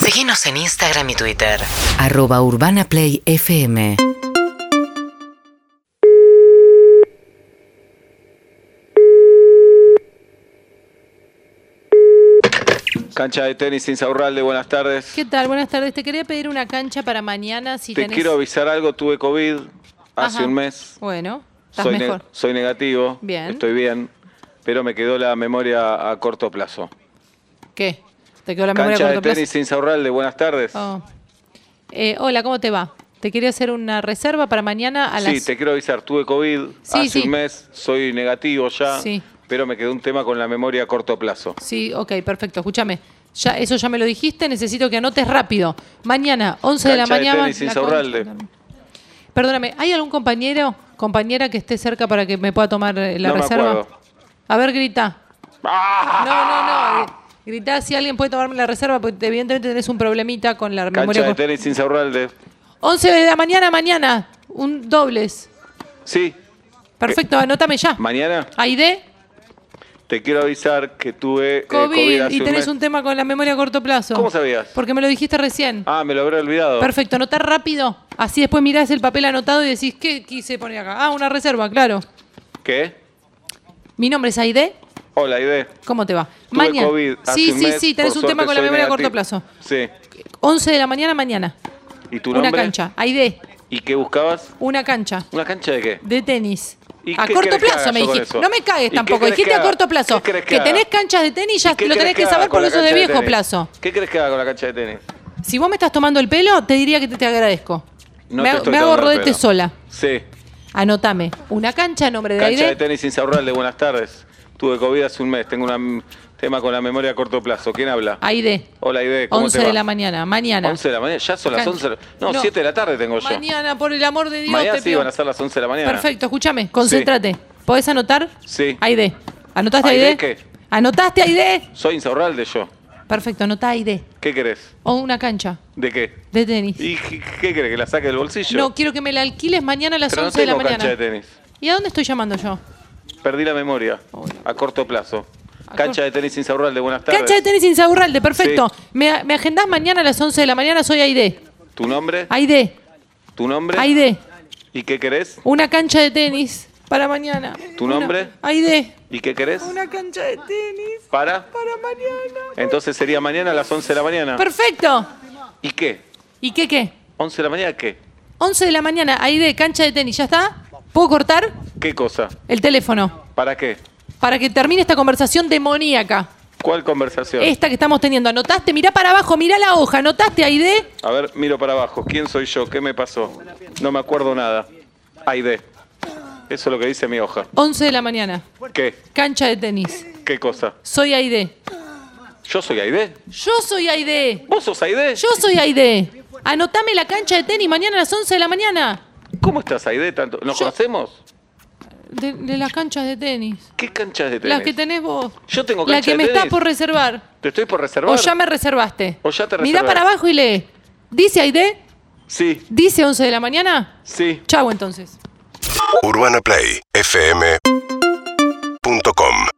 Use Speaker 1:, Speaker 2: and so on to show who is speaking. Speaker 1: Seguinos en Instagram y Twitter.
Speaker 2: arroba urbanaplayfm
Speaker 3: Cancha de tenis Insaurralde, buenas tardes.
Speaker 4: ¿Qué tal? Buenas tardes. Te quería pedir una cancha para mañana si
Speaker 3: Te
Speaker 4: tenés-
Speaker 3: quiero avisar algo, tuve COVID hace
Speaker 4: Ajá.
Speaker 3: un mes.
Speaker 4: Bueno, estás
Speaker 3: Soy, ne-
Speaker 4: mejor.
Speaker 3: soy negativo,
Speaker 4: Bien.
Speaker 3: estoy bien, pero me quedó la memoria a corto plazo.
Speaker 4: ¿Qué? ¿Te quedó la memoria
Speaker 3: Cancha
Speaker 4: a
Speaker 3: de
Speaker 4: corto plazo?
Speaker 3: tenis Insaurralde, buenas tardes.
Speaker 4: Oh. Eh, hola, ¿cómo te va? Te quería hacer una reserva para mañana a las...
Speaker 3: Sí, te quiero avisar, tuve COVID
Speaker 4: Sí,
Speaker 3: hace
Speaker 4: sí.
Speaker 3: un mes, soy negativo ya,
Speaker 4: Sí.
Speaker 3: pero me quedó un tema con la memoria a corto plazo.
Speaker 4: Sí, ok, perfecto. Escúchame. Ya, eso ya me lo dijiste, necesito que anotes rápido. Mañana, 11 de la
Speaker 3: Cancha de
Speaker 4: mañana.
Speaker 3: tenis,
Speaker 4: la
Speaker 3: Insaurralde.
Speaker 4: concha. Perdóname, ¿hay algún compañero, compañera que esté cerca para que me pueda tomar eh, la
Speaker 3: No me
Speaker 4: reserva?
Speaker 3: acuerdo.
Speaker 4: A ver, grita. No, no, no. eh, Gritá si alguien puede tomarme la reserva, porque evidentemente tenés un problemita con la
Speaker 3: Cancha
Speaker 4: memoria.
Speaker 3: de
Speaker 4: cor-
Speaker 3: tenis Insaurralde.
Speaker 4: 11 de la mañana, mañana. Un dobles.
Speaker 3: Sí,
Speaker 4: Perfecto, anótame ya.
Speaker 3: mañana Eh,
Speaker 4: Aide,
Speaker 3: te quiero avisar que tuve eh,
Speaker 4: COVID,
Speaker 3: hace
Speaker 4: y
Speaker 3: un
Speaker 4: tenés
Speaker 3: mes.
Speaker 4: un tema con la memoria a corto plazo.
Speaker 3: ¿Cómo sabías?
Speaker 4: Porque me lo dijiste recién.
Speaker 3: Ah, me lo habré olvidado.
Speaker 4: Perfecto, anotá rápido. Así después mirás el papel anotado y decís, ¿qué quise poner acá? Ah, una reserva, claro.
Speaker 3: ¿Qué?
Speaker 4: Mi nombre es Aide.
Speaker 3: Hola, Aide.
Speaker 4: ¿Cómo te va?
Speaker 3: Tuve COVID hace
Speaker 4: sí,
Speaker 3: un
Speaker 4: sí,
Speaker 3: mes,
Speaker 4: sí, tenés
Speaker 3: por
Speaker 4: un tema
Speaker 3: suerte
Speaker 4: con la
Speaker 3: soy
Speaker 4: memoria a corto
Speaker 3: negativo.
Speaker 4: plazo.
Speaker 3: Sí.
Speaker 4: 11 de la mañana, mañana.
Speaker 3: ¿Y tu
Speaker 4: Una
Speaker 3: nombre?
Speaker 4: cancha. Aide,
Speaker 3: ¿Y qué buscabas?
Speaker 4: una cancha
Speaker 3: ¿Una cancha de qué?
Speaker 4: de tenis.
Speaker 3: ¿Y
Speaker 4: A
Speaker 3: qué
Speaker 4: corto
Speaker 3: querés que
Speaker 4: plazo
Speaker 3: haga
Speaker 4: me
Speaker 3: yo con
Speaker 4: dijiste.
Speaker 3: eso?
Speaker 4: No me
Speaker 3: ¿Y
Speaker 4: cagues
Speaker 3: qué
Speaker 4: tampoco.
Speaker 3: querés
Speaker 4: Dijiste
Speaker 3: que
Speaker 4: a
Speaker 3: haga?
Speaker 4: corto plazo.
Speaker 3: ¿Qué querés que
Speaker 4: Que
Speaker 3: haga?
Speaker 4: tenés canchas de tenis, ya
Speaker 3: ¿Y qué
Speaker 4: lo tenés
Speaker 3: querés
Speaker 4: que
Speaker 3: haga
Speaker 4: saber
Speaker 3: con
Speaker 4: por
Speaker 3: la
Speaker 4: eso de
Speaker 3: cancha
Speaker 4: viejo
Speaker 3: tenis?
Speaker 4: plazo.
Speaker 3: ¿Qué crees que haga con la cancha de tenis?
Speaker 4: Si vos me estás tomando el pelo, te diría que te, te agradezco.
Speaker 3: No
Speaker 4: me
Speaker 3: te
Speaker 4: hago-
Speaker 3: estoy
Speaker 4: me hago
Speaker 3: tomando el
Speaker 4: rodete
Speaker 3: pelo.
Speaker 4: sola.
Speaker 3: Sí.
Speaker 4: Anotame. Una cancha, nombre de
Speaker 3: Cancha de
Speaker 4: Aide.
Speaker 3: tenis Insaurralde, buenas tardes. Tuve COVID hace un mes, tengo un tema con la memoria a corto plazo. ¿Quién habla?
Speaker 4: Aide.
Speaker 3: Hola, Aide, ¿cómo
Speaker 4: 11
Speaker 3: te va?
Speaker 4: de la mañana. Mañana.
Speaker 3: 11 de la mañana, ya son las
Speaker 4: Cancha.
Speaker 3: 11. de la- No,
Speaker 4: No.
Speaker 3: 7 de la tarde tengo yo.
Speaker 4: Mañana, por el amor de Dios.
Speaker 3: Mañana
Speaker 4: te
Speaker 3: sí
Speaker 4: pido.
Speaker 3: van a ser las 11 de la mañana.
Speaker 4: Perfecto, escúchame, concéntrate. ¿Podés anotar?
Speaker 3: Sí.
Speaker 4: Aide. ¿Anotaste
Speaker 3: ¿Aide
Speaker 4: Aide?
Speaker 3: qué?
Speaker 4: ¿Anotaste Aide?
Speaker 3: Soy Insaurralde yo.
Speaker 4: Perfecto, anotá Aide.
Speaker 3: ¿Qué querés?
Speaker 4: O una cancha
Speaker 3: ¿De qué?
Speaker 4: de tenis.
Speaker 3: ¿Y qué qué querés? ¿Que la saque del bolsillo?
Speaker 4: No, quiero que me la alquiles mañana a las
Speaker 3: Pero no
Speaker 4: 11 de
Speaker 3: tengo
Speaker 4: la
Speaker 3: cancha
Speaker 4: mañana.
Speaker 3: de tenis.
Speaker 4: ¿Y a dónde estoy llamando yo?
Speaker 3: Perdí la memoria a corto plazo.
Speaker 4: A
Speaker 3: Cancha de tenis Insaurralde, buenas tardes.
Speaker 4: Cancha de tenis Insaurralde, perfecto.
Speaker 3: Sí.
Speaker 4: Me, me agendás mañana a las 11 de la mañana, soy Aide.
Speaker 3: ¿Tu nombre?
Speaker 4: Aide,
Speaker 3: ¿Tu nombre?
Speaker 4: Aide.
Speaker 3: ¿Y qué querés?
Speaker 4: Una cancha de tenis para mañana.
Speaker 3: ¿Tu
Speaker 4: Una-
Speaker 3: nombre?
Speaker 4: Aide.
Speaker 3: ¿Y qué querés?
Speaker 4: Una cancha de tenis
Speaker 3: ¿Para?
Speaker 4: para mañana.
Speaker 3: Entonces sería mañana a las 11 de la mañana.
Speaker 4: Perfecto.
Speaker 3: ¿Y qué?
Speaker 4: ¿Y qué qué?
Speaker 3: ¿11 de la mañana qué?
Speaker 4: 11 de la mañana, ahí de cancha de tenis, ¿ya está? ¿Puedo cortar
Speaker 3: ¿Qué cosa?
Speaker 4: el teléfono?
Speaker 3: ¿Para qué?
Speaker 4: Para que termine esta conversación demoníaca.
Speaker 3: ¿Cuál conversación?
Speaker 4: Esta que estamos teniendo. ¿Anotaste? Mirá para abajo, mirá la hoja. ¿Anotaste, Aide?
Speaker 3: A ver, miro para abajo. ¿Quién soy yo? ¿Qué me pasó? No me acuerdo nada. Aide. Eso es lo que dice mi hoja.
Speaker 4: 11 de la mañana,
Speaker 3: ¿Qué?
Speaker 4: cancha de tenis.
Speaker 3: ¿Qué cosa?
Speaker 4: Soy Aide.
Speaker 3: ¿Yo soy Aide?
Speaker 4: Yo soy Aide.
Speaker 3: ¿Vos sos Aide?
Speaker 4: Yo soy Aide. Anotame la cancha de tenis mañana a las 11 de la mañana.
Speaker 3: ¿Cómo estás Aide tanto? ¿Nos
Speaker 4: Yo-
Speaker 3: conocemos?
Speaker 4: De, de las canchas de tenis.
Speaker 3: ¿Qué canchas de tenis?
Speaker 4: Las que tenés vos.
Speaker 3: Yo tengo
Speaker 4: La
Speaker 3: cancha
Speaker 4: que
Speaker 3: de
Speaker 4: me está
Speaker 3: tenis.
Speaker 4: por reservar.
Speaker 3: Te estoy por reservar.
Speaker 4: O ya me reservaste.
Speaker 3: O ya te
Speaker 4: Mirá
Speaker 3: reservé.
Speaker 4: para abajo y lee. ¿Dice Aide?
Speaker 3: Sí,
Speaker 4: ¿Dice 11 de la mañana?
Speaker 3: sí.
Speaker 4: Chau entonces.
Speaker 5: UrbanaPlayFM.com